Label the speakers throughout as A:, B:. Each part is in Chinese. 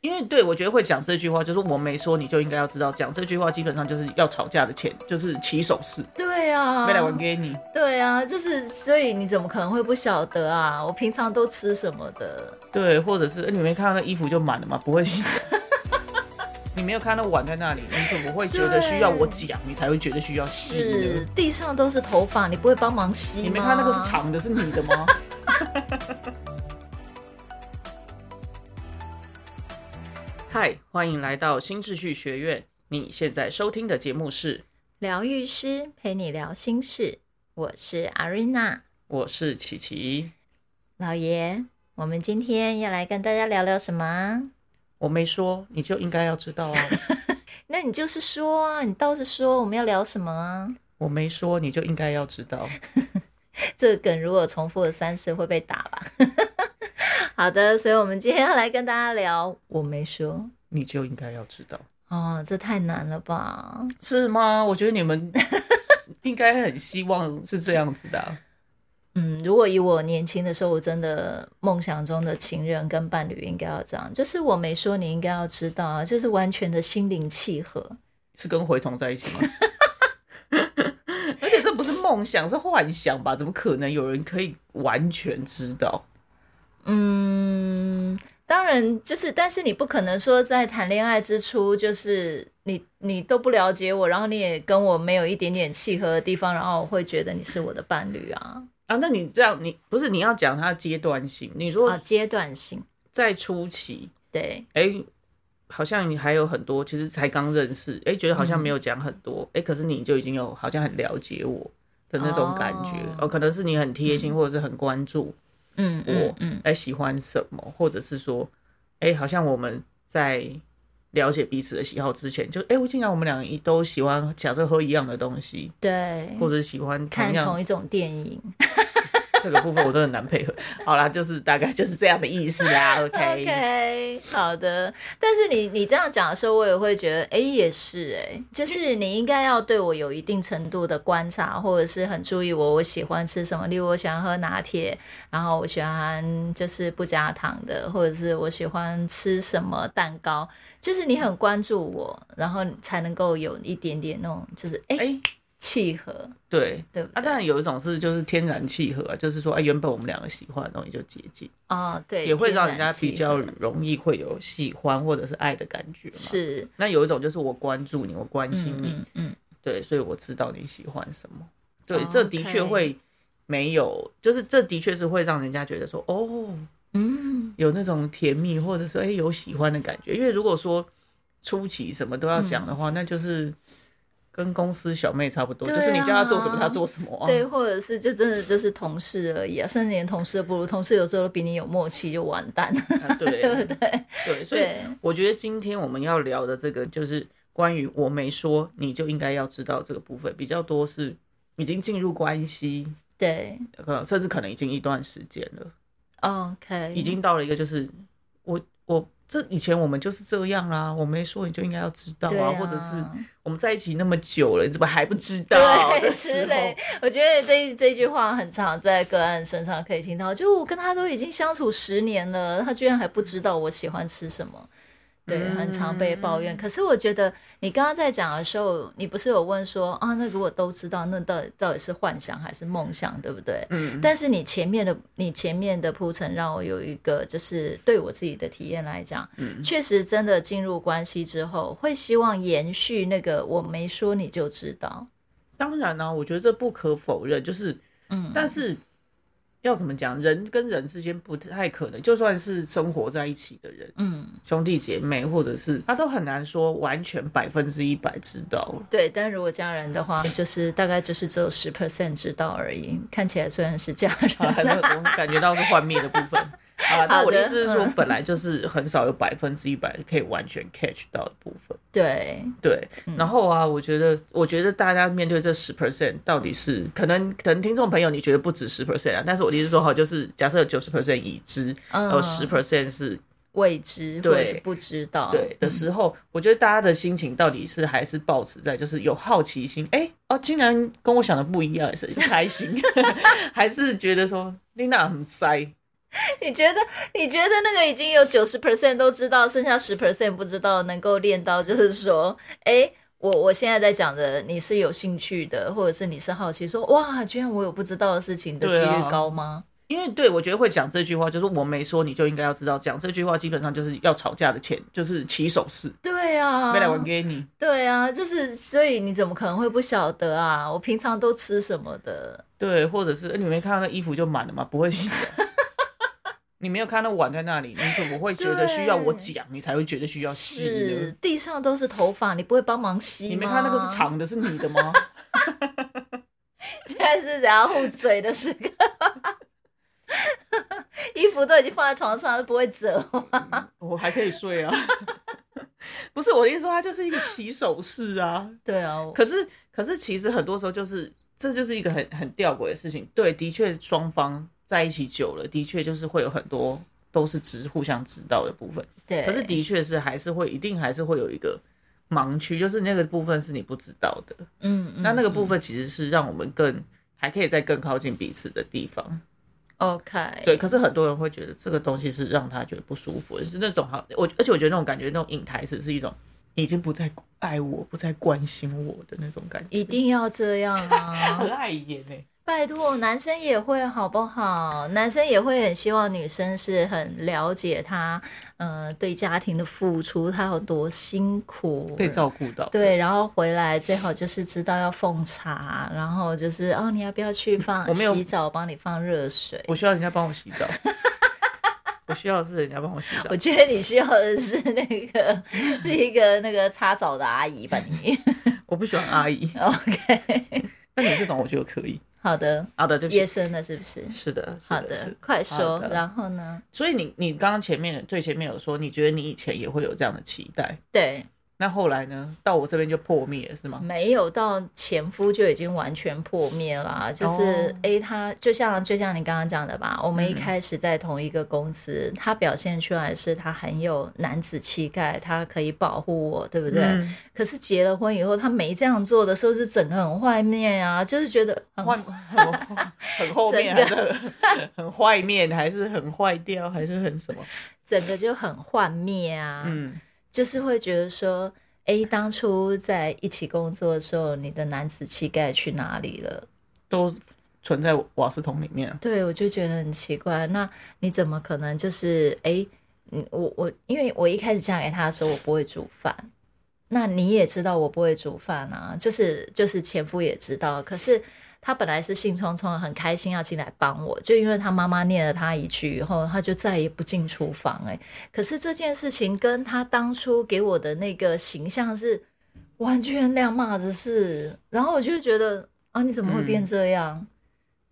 A: 因为对我觉得会讲这句话，就是我没说你就应该要知道，讲这句话基本上就是要吵架的前，就是起手式。
B: 对啊，
A: 未来我给你，
B: 对啊，就是所以你怎么可能会不晓得啊？我平常都吃什么的？
A: 对，或者是、欸你没看到那衣服就满了吗？不会， 你没有看到碗在那里，你怎么会觉得需要我讲，你才会觉得需要吸
B: 是
A: 呢？
B: 地上都是头发，你不会帮忙吸吗？
A: 你没看那个是长的，是你的吗？ 嗨，欢迎来到新秩序学院。你现在收听的节目是，
B: 疗愈师陪你聊心事，我是阿瑞娜
A: 我是琪琪。
B: 老爷。我们今天要来跟大家聊聊什么啊？
A: 我没说，你就应该要知道啊。
B: 那你就是说啊，你倒是说我们要聊什么啊？
A: 我没说，你就应该要知道。
B: 这个梗如果重复了三次会被打吧？ 好的，所以我们今天要来跟大家聊，我没说
A: 你就应该要知道，
B: 哦，这太难了吧？
A: 是吗？我觉得你们应该很希望是这样子的啊、
B: 嗯，如果以我年轻的时候，我真的梦想中的情人跟伴侣应该要这样，就是我没说，你应该要知道啊，就是完全的心灵契合。
A: 是跟蛔虫在一起吗？ 而且这不是梦想，是幻想吧？怎么可能有人可以完全知道？
B: 嗯，当然就是，但是你不可能说在谈恋爱之初，就是你你都不了解我，然后你也跟我没有一点点契合的地方，然后我会觉得你是我的伴侣啊
A: 啊，那你这样，你不是你要讲它的阶段性？你
B: 啊，
A: 说
B: 阶段性
A: 在初期，
B: 对，
A: 哎、好像你还有很多，其实才刚认识，哎、觉得好像没有
B: 嗯
A: 讲很多，哎、可是你就已经有好像很了解我的那种感觉，
B: 哦
A: 哦，可能是你很贴心，或者是很关注
B: 嗯
A: 我，
B: 嗯
A: 哎、
B: 嗯，
A: 喜欢什么，或者是说，哎、好像我们在了解彼此的喜好之前，就哎、我竟然我们两个一都喜欢，假设喝一样的东西，
B: 对，
A: 或者喜欢同
B: 嗯看
A: 样
B: 同一种电影
A: 这个部分，我真的很难配合。好啦，就是大概就是这样的意思 啦
B: ，OK，好 的。但是你你这样讲的时候，我也会觉得，哎，也是哎，就是你应该要对我有一定程度的观察，或者是很注意我我喜欢吃什么，例如我喜欢喝拿铁，然后我喜欢就是不加糖的，或者是我喜欢吃什么蛋糕，就是你很关注我，然后你才能够有一点点那种就是哎、
A: 哎、
B: 契合，
A: 对。
B: 对不
A: 啊，
B: 对？
A: 当然有一种是就是天然契合、啊，就是说，哎、原本我们两个喜欢的东西就接近，
B: 哦，对，
A: 也会
B: 天
A: 让
B: 然
A: 人家
B: 契
A: 比较
B: 合
A: 容易会有喜欢或者是爱的感觉嘛。。
B: 是，
A: 那有一种就是我关注你，我关心
B: 嗯
A: 你，
B: 嗯嗯，
A: 对，所以我知道你喜欢什么。对
B: 哦，
A: 这的确
B: OK
A: 会没有，就是这的确是会让人家觉得说，哦，
B: 嗯，
A: 有那种甜蜜或者是哎、有喜欢的感觉。因为如果说初期什么都要讲的话，那就是跟公司小妹差不多，
B: 嗯对
A: 就是你叫她做什么
B: 啊
A: 她做什么、啊。
B: 对，或者是就真的就是同事而已啊，甚至连同事都不如，同事有时候都比你有默契就完蛋，
A: 啊对
B: 对不 对？
A: 对，所以
B: 对，
A: 我觉得今天我们要聊的这个就是关于我没说你就应该要知道这个部分比较多是已经进入关系，
B: 对
A: 呃，甚至可能已经一段时间了，
B: ，OK，
A: 已经到了一个就是我我这以前我们就是这样啦、我没说你就应该要知道
B: 对
A: 啊，
B: 啊，
A: 或者是我们在一起那么久了，你怎么还不知道
B: 对
A: 的
B: 之
A: 时
B: 类
A: 候？，
B: 我觉得这这句话很常在个案身上可以听到，就我跟他都已经相处十年了，他居然还不知道我喜欢吃什么。对，
A: 嗯
B: 很常被抱怨。可是我觉得你刚刚在讲的时候，你不是有问说啊，那如果都知道，那到底到底是幻想还是梦想，对不对？
A: 嗯，
B: 但是你前面的你前面的铺陈让我有一个，就是对我自己的体验来讲，
A: 嗯
B: 确实真的进入关系之后，会希望延续那个我没说你就知道，
A: 当然啦、我觉得这不可否认，就是
B: 嗯，
A: 但是要怎么讲，人跟人之间不太可能，就算是生活在一起的人，
B: 嗯，
A: 兄弟姐妹，或者是他都很难说完全百分之一百知道。
B: 对。但如果家人 的话，就是大概就是只有十 percent 知道而已。看起来虽然是家
A: 好了，
B: 人，
A: 那 我感觉到是幻灭的部分。好了，那我的意思是说
B: 嗯，
A: 本来就是很少有百分之一百可以完全 catch 到的部分。
B: 对，
A: 对，然后啊，我觉得，我觉得大家面对这十 percent 到底是可能，可能听众朋友你觉得不止十 percent 啊，但是我的意思是说，好，就是假设有九十 percent 已知，
B: 嗯
A: 有哦十 percent 是
B: 未知或
A: 对
B: 者是不知道，
A: 对的时候，我觉得大家的心情到底是还是保持在就是有好奇心，哎、哦，竟然 跟我想的不一样，是是开心，还是觉得说丽娜很塞，
B: 你觉得你觉得那个已经有九十 percent 都知道，剩下十 percent 不知道，能够练到就是说，哎，我我现在在讲的，你是有兴趣的，或者是你是好奇说，哇，居然我有不知道的事情的几
A: 对啊
B: 率高吗？
A: 因为对我觉得会讲这句话，就是我没说你就应该要知道，讲这句话基本上就是要吵架的前，就是起手式，
B: 对啊，
A: 没来玩给你。
B: 对啊，就是所以你怎么可能会不晓得啊？我平常都吃什么的？
A: 对，或者是、欸你没看到那衣服就满了吗？不会去 讲。你没有看到碗在那里，你怎么会觉得需要我讲，你才会觉得需要吸
B: 是
A: 呢？
B: 地上都是头发，你不会帮忙吸吗？
A: 你没看那个是，长的，是你的吗？
B: 现在是怎样互嘴的时刻？ 衣服都已经放在床上，不会折吗
A: 我还可以睡啊。 不是我的意思说，它就是一个起手式啊。
B: 对啊，我
A: 可是，可是其实很多时候就是，这就是一个很很吊诡的事情。对，的确双方在一起久了，的确就是会有很多都是知互相知道的部分。
B: 对，
A: 可是的确是还是会一定还是会有一个盲区，就是那个部分是你不知道的。
B: 嗯，嗯
A: 那那个
B: 嗯
A: 部分其实是让我们更还可以再更靠近彼此的地方。
B: OK，
A: 对，可是很多人会觉得这个东西是让他觉得不舒服的，就是那种好，我而且我觉得那种感觉，那种隐台词是一种已经不再爱我、不再关心我的那种感觉，
B: 一定要这样啊！
A: 很碍眼哎、
B: 拜托，男生也会好不好？男生也会很希望女生是很了解他，呃，对家庭的付出，他有多辛苦，
A: 被照顾到。
B: 对，然后回来最好就是知道要奉茶，然后就是哦，你要不要去放
A: 我没有
B: 洗澡，帮你放热水？
A: 我需要人家帮我洗澡， 我需要的是人家帮我洗澡
B: 我。觉得你需要的是那个是一个那个擦澡的阿姨吧，你
A: 我不喜欢阿姨，
B: OK？
A: 那你这种我觉得可以。
B: 好的，
A: 好的，对不
B: 夜
A: 起。
B: 深了是不是？
A: 是的，是
B: 好
A: 的，是
B: 的
A: 的，
B: 快
A: 好
B: 说。
A: 的
B: 然后呢？
A: 所以你你刚刚前面最前面有说，你觉得你以前也会有这样的期待，
B: 对，
A: 那后来呢？到我这边就破灭了，是吗？
B: 没有到前夫就已经完全破灭啦。就
A: 哦
B: 是
A: 嗯
B: A 他就像就像你刚刚讲的吧，我们一开始在同一个公司，他表现出来是他很有男子气概，他可以保护我，对不对？
A: 嗯
B: 可是结了婚以后，他没这样做的时候，就整个很坏面啊，就是觉得很
A: 坏很很后面，还是很很坏面，还是很坏掉，还是很什么？
B: 整个就很幻灭啊。
A: 嗯，
B: 就是会觉得说，诶，当初在一起工作的时候，你的男子气概去哪里了？
A: 都存在瓦斯桶里面啊。
B: 对，我就觉得很奇怪。那你怎么可能就是诶，嗯，我我因为我一开始嫁给他的时候，我不会煮饭。那你也知道我不会煮饭啊，就是就是前夫也知道，可是他本来是兴冲冲地很开心要进来帮我，就因为他妈妈念了他一句以后，他就再也不进厨房、欸。可是这件事情跟他当初给我的那个形象是完全两码子事，然后我就觉得啊，你怎么会
A: 嗯
B: 变这样？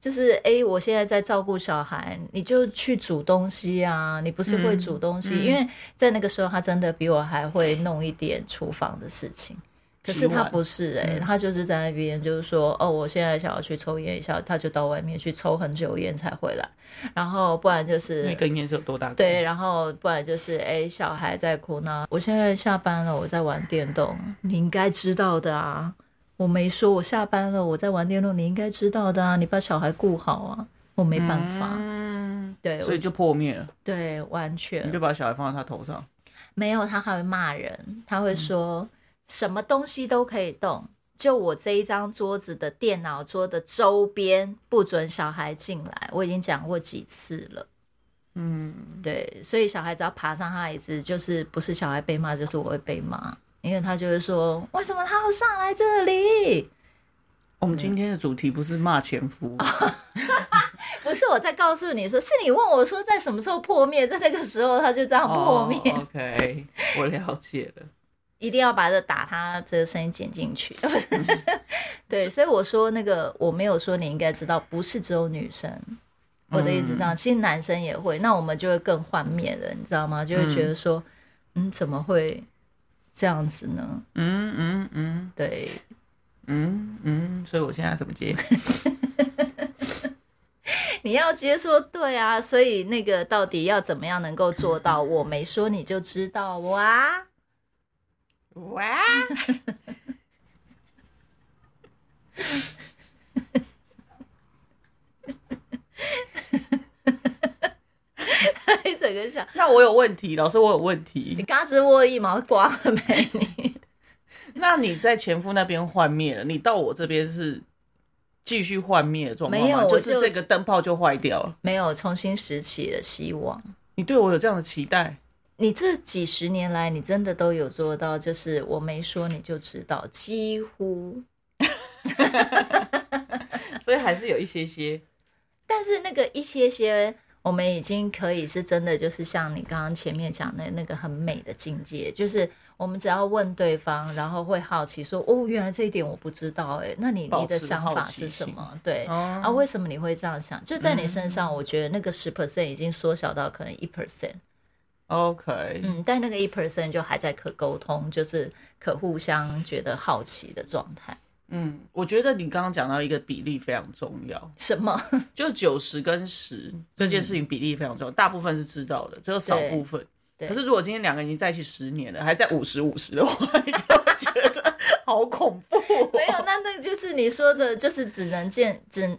B: 就是哎、欸我现在在照顾小孩，你就去煮东西啊！你不是会煮东西，
A: 嗯嗯
B: 因为在那个时候他真的比我还会弄一点厨房的事情。可是他不是哎、欸
A: 嗯
B: 他就是在那边就是说，哦，我现在想要去抽烟一下，他就到外面去抽很久烟才回来，然后不然就是
A: 那根烟是有多大？
B: 对，，然后不然就是哎，小孩在哭闹。我现在下班了，我在玩电动，你应该知道的啊。我没说我下班了，我在玩电动，你应该知道的啊。你把小孩顾好啊，我没办法。
A: 嗯，
B: 对，
A: 所以
B: 我嗯
A: 就破灭了。
B: 对，完
A: 你
B: 全
A: 就把小孩放在他头上，
B: 没有。他还会骂人，他
A: 嗯
B: 会说、什么东西都可以动，就我这一张桌子的电脑桌的周边不准小孩进来。我已经讲过几次了。
A: 嗯，
B: 对，所以小孩只要爬上他的椅子，就是不是小孩被骂，就是我会被骂，因为他就会说为什么他要上来这里？
A: 我们今天的主题不是骂前夫，啊
B: 不是我在告诉你说，是你问我说在什么时候破灭，在那个时候他就这样 破灭，
A: 哦 OK，我了解了。
B: 一定要把这打他这个声音剪进去。 对，所以我说那个我没有说你应该知道，不是只有女生。我的意思是这样，其实男生也会，那我们就会更幻灭了，你知道吗？就会觉得说，嗯，怎么会这样子呢？
A: 嗯嗯嗯
B: 对，
A: 嗯嗯，所以我现在怎么接？
B: 你要接说对啊，所以那个到底要怎么样能够做到？我没说你就知道啊哇。
A: 哇！
B: 一整个想，
A: 那我有问题，老师，我有问
B: 你
A: 题。
B: 刚刚只是握一毛刮了没？你
A: 那你在前夫那边幻灭了，你到我这边是继续幻灭的状况
B: 没有
A: 吗？
B: 我
A: 就是
B: 就
A: 这个灯泡就坏掉了。
B: 没有重新拾起了希望。
A: 你对我有这样的期待？
B: 你这几十年来，你真的都有做到，就是我没说你就知道，几乎。
A: 所以还是有一些些，
B: 但是那个一些些，我们已经可以是真的，就是像你刚刚前面讲的那个很美的境界，就是我们只要问对方，然后会好奇说，哦，原来这一点我不知道、欸，哎，那你
A: 保
B: 你的
A: 持
B: 想
A: 好
B: 法
A: 奇
B: 是什
A: 心
B: 么？对，
A: 哦嗯
B: 啊，为什么你会这样想？就在你身上，我觉得那个十 percent 已经缩小到可能一 percent，
A: OK，、
B: 嗯，但那个一 percent 就还在可沟通，就是可互相觉得好奇的状态。
A: 嗯，我觉得你刚刚讲到一个比例非常重要，
B: 什么？
A: 就九十跟十这件事情比例非常重要，大部分是知道的，只有少部分。
B: 对
A: 可是如果今天两个人已经在一起十年了，还在五十五十的话，你就会觉得好恐怖、
B: 没有，那那个就是你说的，就是只能见只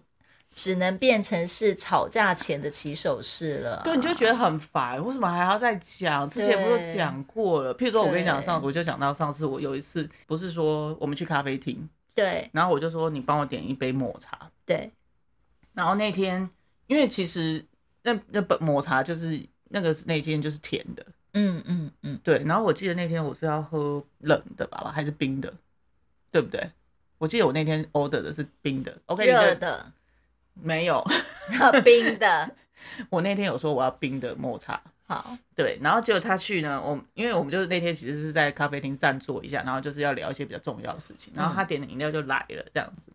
B: 只能变成是吵架前的起手式了啊。
A: 对，你就觉得很烦，为什么还要再讲？之前不
B: 对
A: 是讲过了？譬如说，我跟你讲
B: 对
A: 上，我就讲到上次我有一次，不是说我们去咖啡厅，
B: 对
A: 然后我就说你帮我点一杯抹茶，
B: 对
A: 然后那天因为其实那那本抹茶就是那个那间就是甜的，
B: 嗯嗯嗯，
A: 对。然后我记得那天我是要喝冷的吧，还是冰的，对不对？我记得我那天 order 的是冰的，OK，你
B: 热
A: 的
B: 的、
A: 没有，
B: 冰的，
A: 我那天有说我要冰的抹茶，
B: 好，
A: 对，然后结果他去呢，我因为我们就是那天其实是在咖啡厅暂坐一下，然后就是要聊一些比较重要的事情，然后他点的饮料就来了这样子，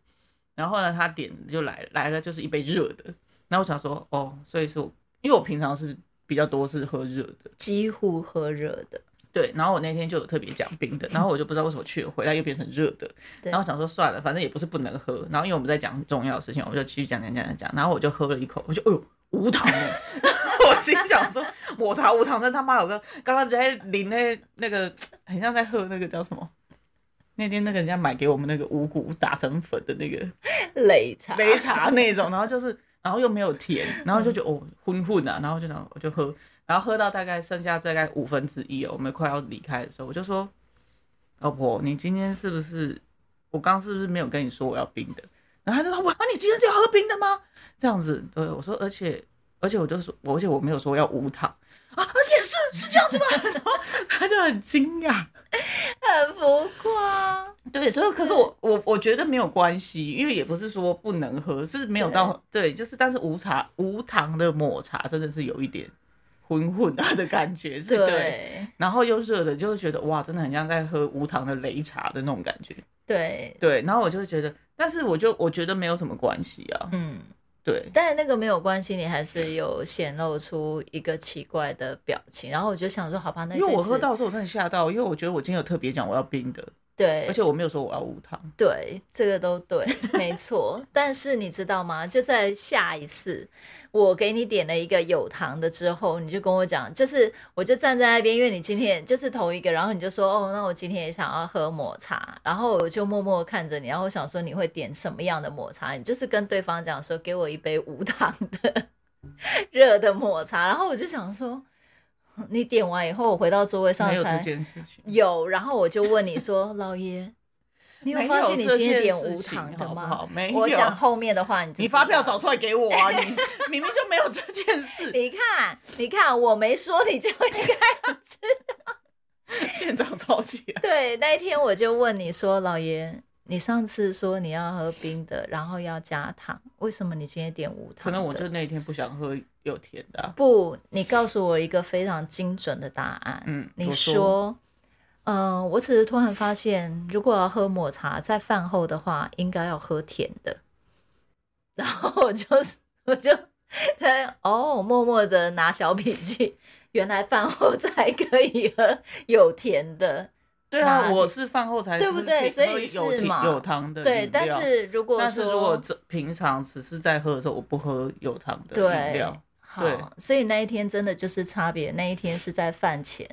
A: 然后呢他点就来了，来了就是一杯热的，然后我想说哦，所以说因为我平常是比较多是喝热的，
B: 几乎喝热的。
A: 对，然后我那天就有特别讲冰的，然后我就不知道为什么去了回来又变成热的，然
B: 对
A: 后我想说算了，反正也不是不能喝，然后因为我们在讲很重要的事情，我们就继续讲讲讲讲讲，然后我就喝了一口，我就哎呦无糖哎、 我心想说抹茶无糖真他妈有个，刚刚在淋那那个很像在喝那个叫什么。那天那个人家买给我们那个五谷打成粉的那个
B: 擂茶，
A: 擂茶那种，然后就是，然后又没有甜，然后就觉得哦混混啊，然后就想我就喝，然后喝到大概剩下大概五分之一哦，我们快要离开的时候，我就说，老婆，你今天是不是我刚是不是没有跟你说我要冰的？然后他就说我啊，你今天就要喝冰的吗？这样子，对我说，而且而且我就说，而且我没有说要无糖啊，也是是这样子吗？然后 他就很惊讶，
B: 很浮夸。
A: 对，所以可是我我我觉得没有关系，因为也不是说不能喝，是没有到对就是但是无茶无糖的抹茶真的是有一点混混的感觉，是对，
B: 对
A: 然后又热的，就会觉得哇，真的很像在喝无糖的擂茶的那种感觉，
B: 对，
A: 对，然后我就会觉得，但是我就我觉得没有什么关系啊，
B: 嗯，
A: 对，
B: 但那个没有关系，你还是有显露出一个奇怪的表情。然后我就想说，好吧，那
A: 因为
B: 这
A: 我喝
B: 次
A: 到的时候我真的吓到，因为我觉得我今天有特别讲我要冰的，
B: 对，
A: 而且我没有说我要无糖，
B: 对，这个都对，没错。但是你知道吗？就在下一次，我给你点了一个有糖的之后，你就跟我讲，就是我就站在那边，因为你今天就是同一个，然后你就说哦，那我今天也想要喝抹茶，然后我就默默看着你，然后我想说你会点什么样的抹茶？你就是跟对方讲说，给我一杯无糖的 热的抹茶，然后我就想说，你点完以后，我回到座位上
A: 没有这
B: 才
A: 件事情。
B: 有，然后我就问你说：“老爷，你有
A: 没
B: 发现你
A: 这
B: 今
A: 件
B: 天点
A: 事
B: 无
A: 情
B: 糖的
A: 好不
B: 吗？”
A: 好没有。
B: 我讲后面的话你就
A: 你
B: 知
A: 发票
B: 道
A: 找
B: 了。
A: 出来给我 啊！你明明就没有这件事，
B: 你看，你看，我没说，你就应该
A: 现场抄起来。
B: 对。那一天我就问你说：“老爷，你上次说你要喝冰的，然后要加糖，为什么你今天点无糖的？”
A: 可能我就那一天不想喝有甜的啊、
B: 不，你告诉我一个非常精准的答案。
A: 嗯
B: 你
A: 我说
B: 说，嗯、我只是突然发现，如果要喝抹茶，在饭后的话，应该要喝甜的。 然后我就 我就在哦，默默的拿小笔记，原来饭后才可以喝有甜的。
A: 对
B: 哪
A: 啊，
B: 里
A: 我是饭后才
B: 对不对
A: 吃
B: 所以
A: 喝有
B: 是
A: 甜
B: 嘛
A: 有糖的
B: 对，
A: 饮
B: 但
A: 料
B: 是如果
A: 但是
B: 说
A: 如果这平常只是在喝的时候，我不喝有糖的饮
B: 对
A: 料。，对
B: 好，所以那一天真的就是差别。那一天是在饭前，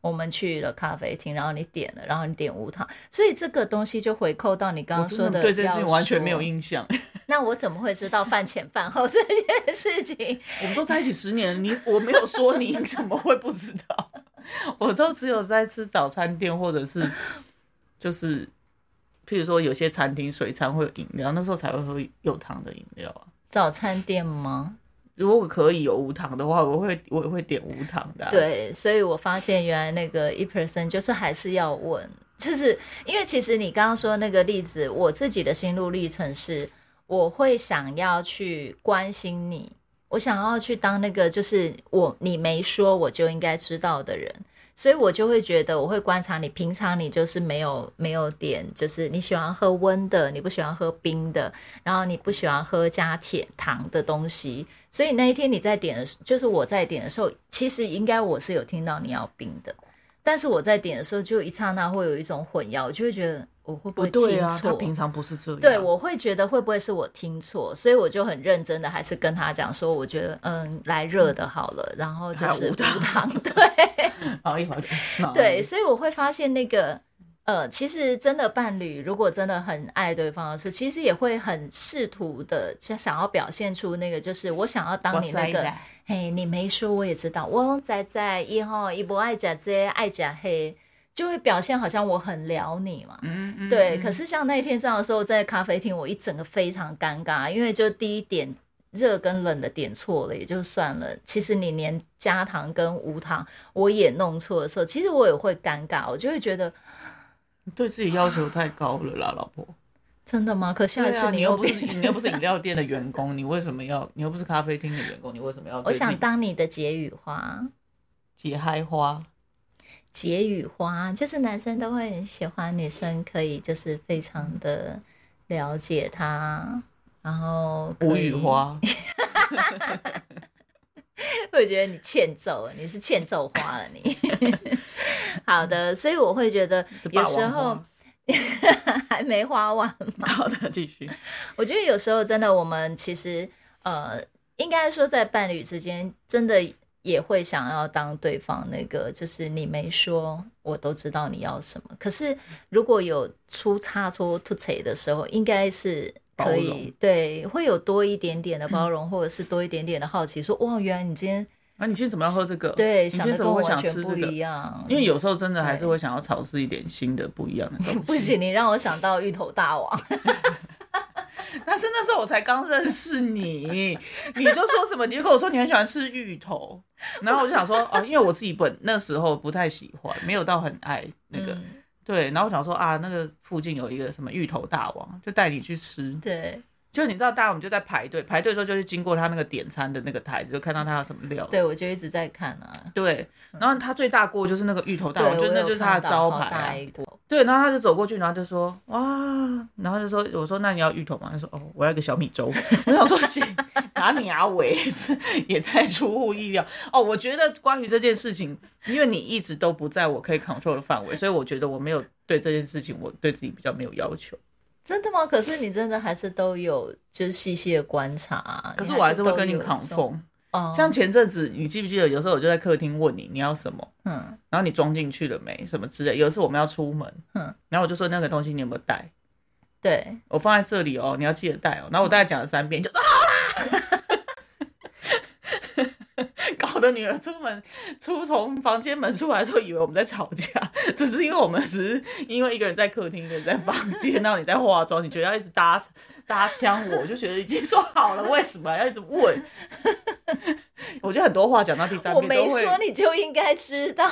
B: 我们去了咖啡厅，然后你点了，然后你点无糖，所以这个东西就回扣到你刚
A: 我
B: 刚
A: 真
B: 说
A: 的对这件
B: 要
A: 事情完全没有
B: 说
A: 印象。
B: 那我怎么会知道饭前饭后这件事情？
A: 我们都在一起十年，你 我没有说你你怎么会不知道？ 我都只有在吃早餐店或者是就是，譬如说有些餐厅水餐会有饮料，那时候才会喝有糖的饮料啊。
B: 早餐店吗？
A: 如果可以有无糖的话，我会我也会点无糖的、啊。，
B: 对，所以我发现原来那个一 person 就是还是要问， 就是因为其实你刚刚说那个例子，我自己的心路历程是，我会想要去关心你，我想要去当那个就是我你没说我就应该知道的人。所以我就会觉得，我会观察你，平常你就是没有没有点，就是你喜欢喝温的，你不喜欢喝冰的，然后你不喜欢喝加甜糖的东西，所以那一天你在点的时，就是我在点的时候，其实应该我是有听到你要冰的，但是我在点的时候，就一刹那会有一种混淆，我就会觉得我会不
A: 不
B: 会记
A: 对啊，
B: 错？
A: 他平常不是这样。
B: 对，我会觉得会不会是我听错，所以我就很认真的，还是跟他讲说，我觉得嗯，来热的好了，然后
A: 还
B: 就
A: 有
B: 是
A: 无
B: 无
A: 糖
B: 糖， 对
A: 然后一会儿就嗯
B: 对，所以我会发现那个呃，其实真的伴侣如果真的很爱对方的时候，其实也会很试图的就想要表现出那个，就是我想要当
A: 我
B: 你
A: 在
B: 那
A: 意
B: 个
A: 的，
B: 嘿，你没说我也知道，我仔仔一吼一不爱讲这爱讲黑，就会表现好像我很聊你嘛。
A: 嗯嗯，
B: 对，
A: 嗯
B: 可是像那一天这样的时候，在咖啡厅，我一整个非常尴尬，因为就第一点热跟冷的点错了也就算了，其实你连加糖跟无糖我也弄错的时候，其实我也会尴尬，我就会觉得
A: 对自己要求太高了啦，老婆。
B: 真的吗？可下一
A: 对
B: 次
A: 啊，你
B: 又
A: 又不是
B: 变成
A: 你又不是饮料店的员工，你为什么要？你又不是咖啡厅的员工，你为什么要？
B: 我想当你的解语花。
A: 解嗨花，
B: 解语花，就是男生都会很喜欢女生，可以就是非常的了解他，然后可
A: 无
B: 以
A: 语。花，
B: 我觉得你欠揍了，你是欠揍花了你。 好的，所以我会觉得
A: 是霸
B: 有
A: 王
B: 时候
A: 花
B: 还没花完，
A: 好的，继续。
B: 我觉得有时候真的，我们其实呃，应该说在伴侣之间，真的也会想要当对方那个，就是你没说，我都知道你要什么。可是如果有出差错、出错的时候，应该是。可
A: 包容
B: 以对，会有多一点点的包容，或者是多一点点的好奇，说哇，原来你今天
A: 那、你今天怎么要喝这个？
B: 对
A: 你今
B: 想
A: 天
B: 的
A: 怎
B: 跟
A: 么会
B: 我完
A: 想
B: 全
A: 吃
B: 不
A: 这
B: 一
A: 个？
B: 样，
A: 因为有时候真的还是会想要尝试一点新的、不一样的东西。
B: 不行，你让我想到芋头大王，
A: 但是那时候我才刚认识你， 你就说什么？你就跟我说你很喜欢吃芋头，然后我就想说啊，因为我自己本那时候不太喜欢，没有到很爱 那个。
B: 嗯
A: 对，然后我想说啊，那个附近有一个什么芋头大王，就带你去吃。
B: 对
A: 就你知道，大家我们就在排队，排队的时候就是经过他那个点餐的那个台子，就看到他有什么料。
B: 对，我就一直在看啊，
A: 对，然后他最大锅就是那个芋头大
B: 对，
A: 王，就
B: 我
A: 那
B: 有
A: 就是他
B: 看
A: 的
B: 到
A: 招
B: 好
A: 牌啊、
B: 大一锅
A: 对，然后他就走过去，然后就说哇，然后就说我说那你要芋头吗？他说哦，我要一个小米粥。 我想说行，打你阿伟，也太出乎意料哦。我觉得关于这件事情，因为你一直都不在我可以 control 的范围，所以我觉得我没有对这件事情，我对自己比较没有要求。
B: 真的吗？可是你真的还是都有，就是细细的观察啊。
A: 可是我还是会跟你
B: 扛
A: confirm。
B: 哦，
A: 像前阵子，你记不记得有时候我就在客厅问你你要什么，
B: 嗯，
A: 然后你装进去了没，什么之类。有一次我们要出门，
B: 嗯
A: 然后我就说那个东西你有没有带？
B: 对，
A: 我放在这里哦，你要记得带哦。然后我大概讲了三遍，你就说好啦。 搞得女儿出门出从房间门出来的时候，以为我们在吵架，只是因为我们只是因为一个人在客厅，一个人在房间，然后你在化妆，你觉得要一直搭搭腔我，我就觉得已经说好了，为什么还要一直问？ 我觉得很多话讲到第三
B: 我
A: 遍
B: 没
A: 都会，
B: 说你就应该知道。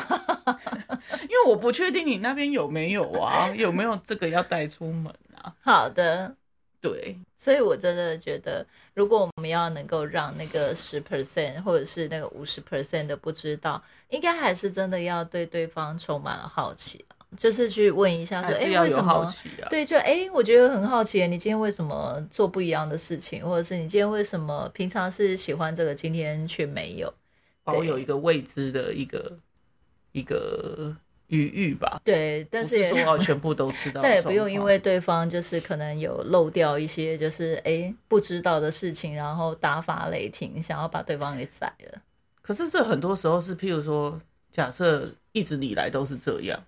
A: 因为我不确定你那边有没有 啊，有没有这个要带出门啊？
B: 好的，
A: 对，
B: 所以我真的觉得，如果我们要能够让那个十 percent 或者是那个五十 percent 的不知道，应该还是真的要对对方充满了好奇啊、就是去问一下说，
A: 还
B: 哎、
A: 是要
B: 为
A: 有
B: 什
A: 好
B: 么？
A: 奇啊。
B: 对，就哎、诶我觉得很好奇，你今天为什么做不一样的事情，或者是你今天为什么平常是喜欢这个，今天却没有？
A: 保有一个未知的一个一个余裕吧。
B: 对，但
A: 不
B: 是
A: 是
B: 也
A: 说要全部都知道的状况，
B: 但也不用因为 对方就是可能有漏掉一些就是哎、诶不知道的事情，然后大发雷霆，想要把对方给宰了。
A: 可是这很多时候是，譬如说，假设一直以来都是这样，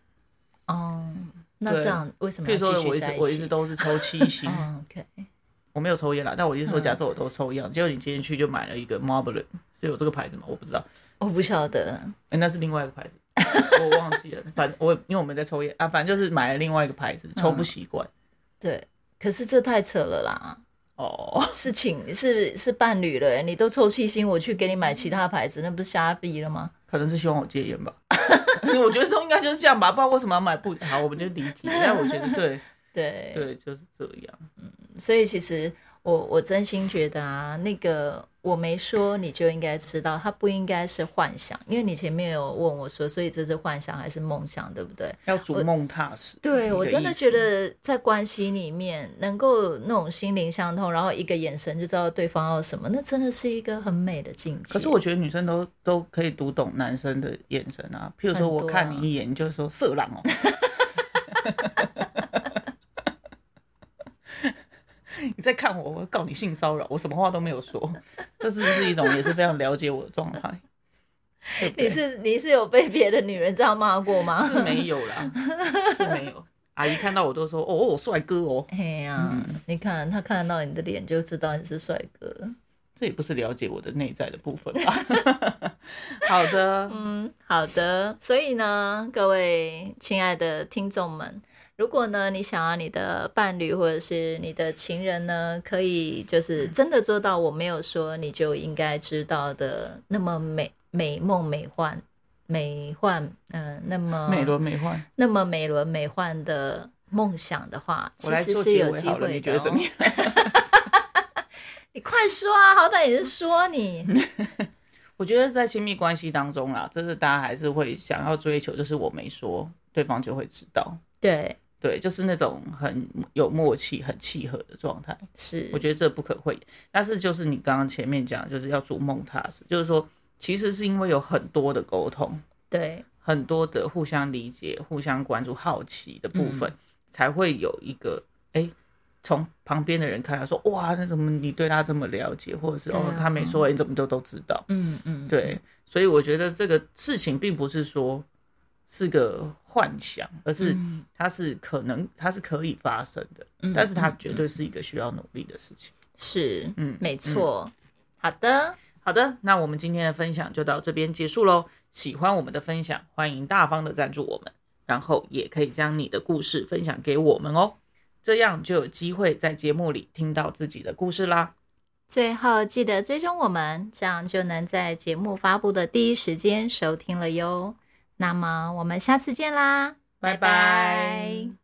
B: 哦、那
A: 对
B: 这样为什么
A: 譬如
B: 要
A: 说
B: 嗯
A: 我
B: 继续
A: 一
B: 在
A: 直
B: 一
A: 我一直
B: 起？ 嗯
A: 都是抽七星，
B: 哦，OK，
A: 我没有抽烟啦，但我就说
B: 嗯
A: 假设我都抽一样，结果你今天去就买了一个 Marlboro，是有这个牌子吗？我不知道，
B: 我不晓得，
A: 哎、那是另外一个牌子，我忘记了。反正我因为我们在抽烟啊，反正就是买了另外一个牌子，抽不习惯。
B: 对，可是这太扯了啦。
A: 哦，
B: 是情是是伴侣了、你都抽气星，我去给你买其他牌子，那不是瞎逼了吗？
A: 可能是希望我戒烟吧。 我觉得都应该就是这样吧，不知道为什么要买不好，我们就离题。但我觉得 对
B: 对，
A: 对，就是这样。
B: 所以其实我我真心觉得啊，那个我没说你就应该知道，它不应该是幻想，因为你前面有问我说，所以这是幻想还是梦想，对不对？
A: 要逐梦踏实。
B: 对我真的觉
A: 得。
B: 得在关系里面能够那种心灵相通，然后一个眼神就知道对方要什么，那真的是一个很美的境界。
A: 可是我觉得女生都都可以读懂男生的眼神啊，譬如说
B: 很多
A: 我看
B: 啊
A: 你一眼，你就说色狼哦、 你再看我，我告你性骚扰，我什么话都没有说，这是不是一种也是非常了解我的状态？对不对
B: 你是你是有被别的女人这样骂过吗？
A: 是没有啦，是没有。阿姨看到我都说哦，我帅哥哦，
B: 哎呀、你看他看得到你的脸就知道你是帅哥。
A: 这也不是了解我的内在的部分 吧？好的，
B: 嗯，好的。所以呢，各位亲爱的听众们，如果呢你想要你的伴侣或者是你的情人呢，可以就是真的做到我没有说你就应该知道的那么美美梦美幻美幻，嗯、那么
A: 美轮美奂，
B: 那么美轮美奂的梦想的话，
A: 我
B: 其
A: 来
B: 实
A: 做
B: 是
A: 结
B: 有
A: 尾
B: 机
A: 好了，你
B: 会
A: 觉
B: 的、
A: 得怎
B: 哦
A: 么。样？
B: 你快说啊，好歹也是说你。
A: 我觉得在亲密关系当中啦，真的大家还是会想要追求，就是我没说，对方就会知道，
B: 对，
A: 对，就是那种很有默契、很契合的状态。
B: 是
A: 我觉得这不可讳言。但是就是你刚刚前面讲，就是要逐梦踏实，就是说其实是因为有很多的沟通，
B: 对，
A: 很多的互相理解、互相关注、好奇的部
B: 嗯
A: 分，才会有一个哎。诶从旁边的人看来说，哇，那怎么你对他这么了解，或者是、
B: 对啊
A: 哦，他没说，你怎么都都知道？
B: 嗯嗯，
A: 对，所以我觉得这个事情并不是说是个幻想，而是
B: 嗯
A: 它是可能它是可以发生的，
B: 嗯
A: 但是它
B: 嗯
A: 绝对是一个需要努力的事情。
B: 是，
A: 嗯
B: 没错。好的，
A: 好的，那我们今天的分享就到这边结束喽。喜欢我们的分享，欢迎大方的赞助我们，然后也可以将你的故事分享给我们哦，这样就有机会在节目里听到自己的故事啦。
B: 最后记得追踪我们，这样就能在节目发布的第一时间收听了哟。那么我们下次见啦，
A: 拜
B: 拜拜
A: 拜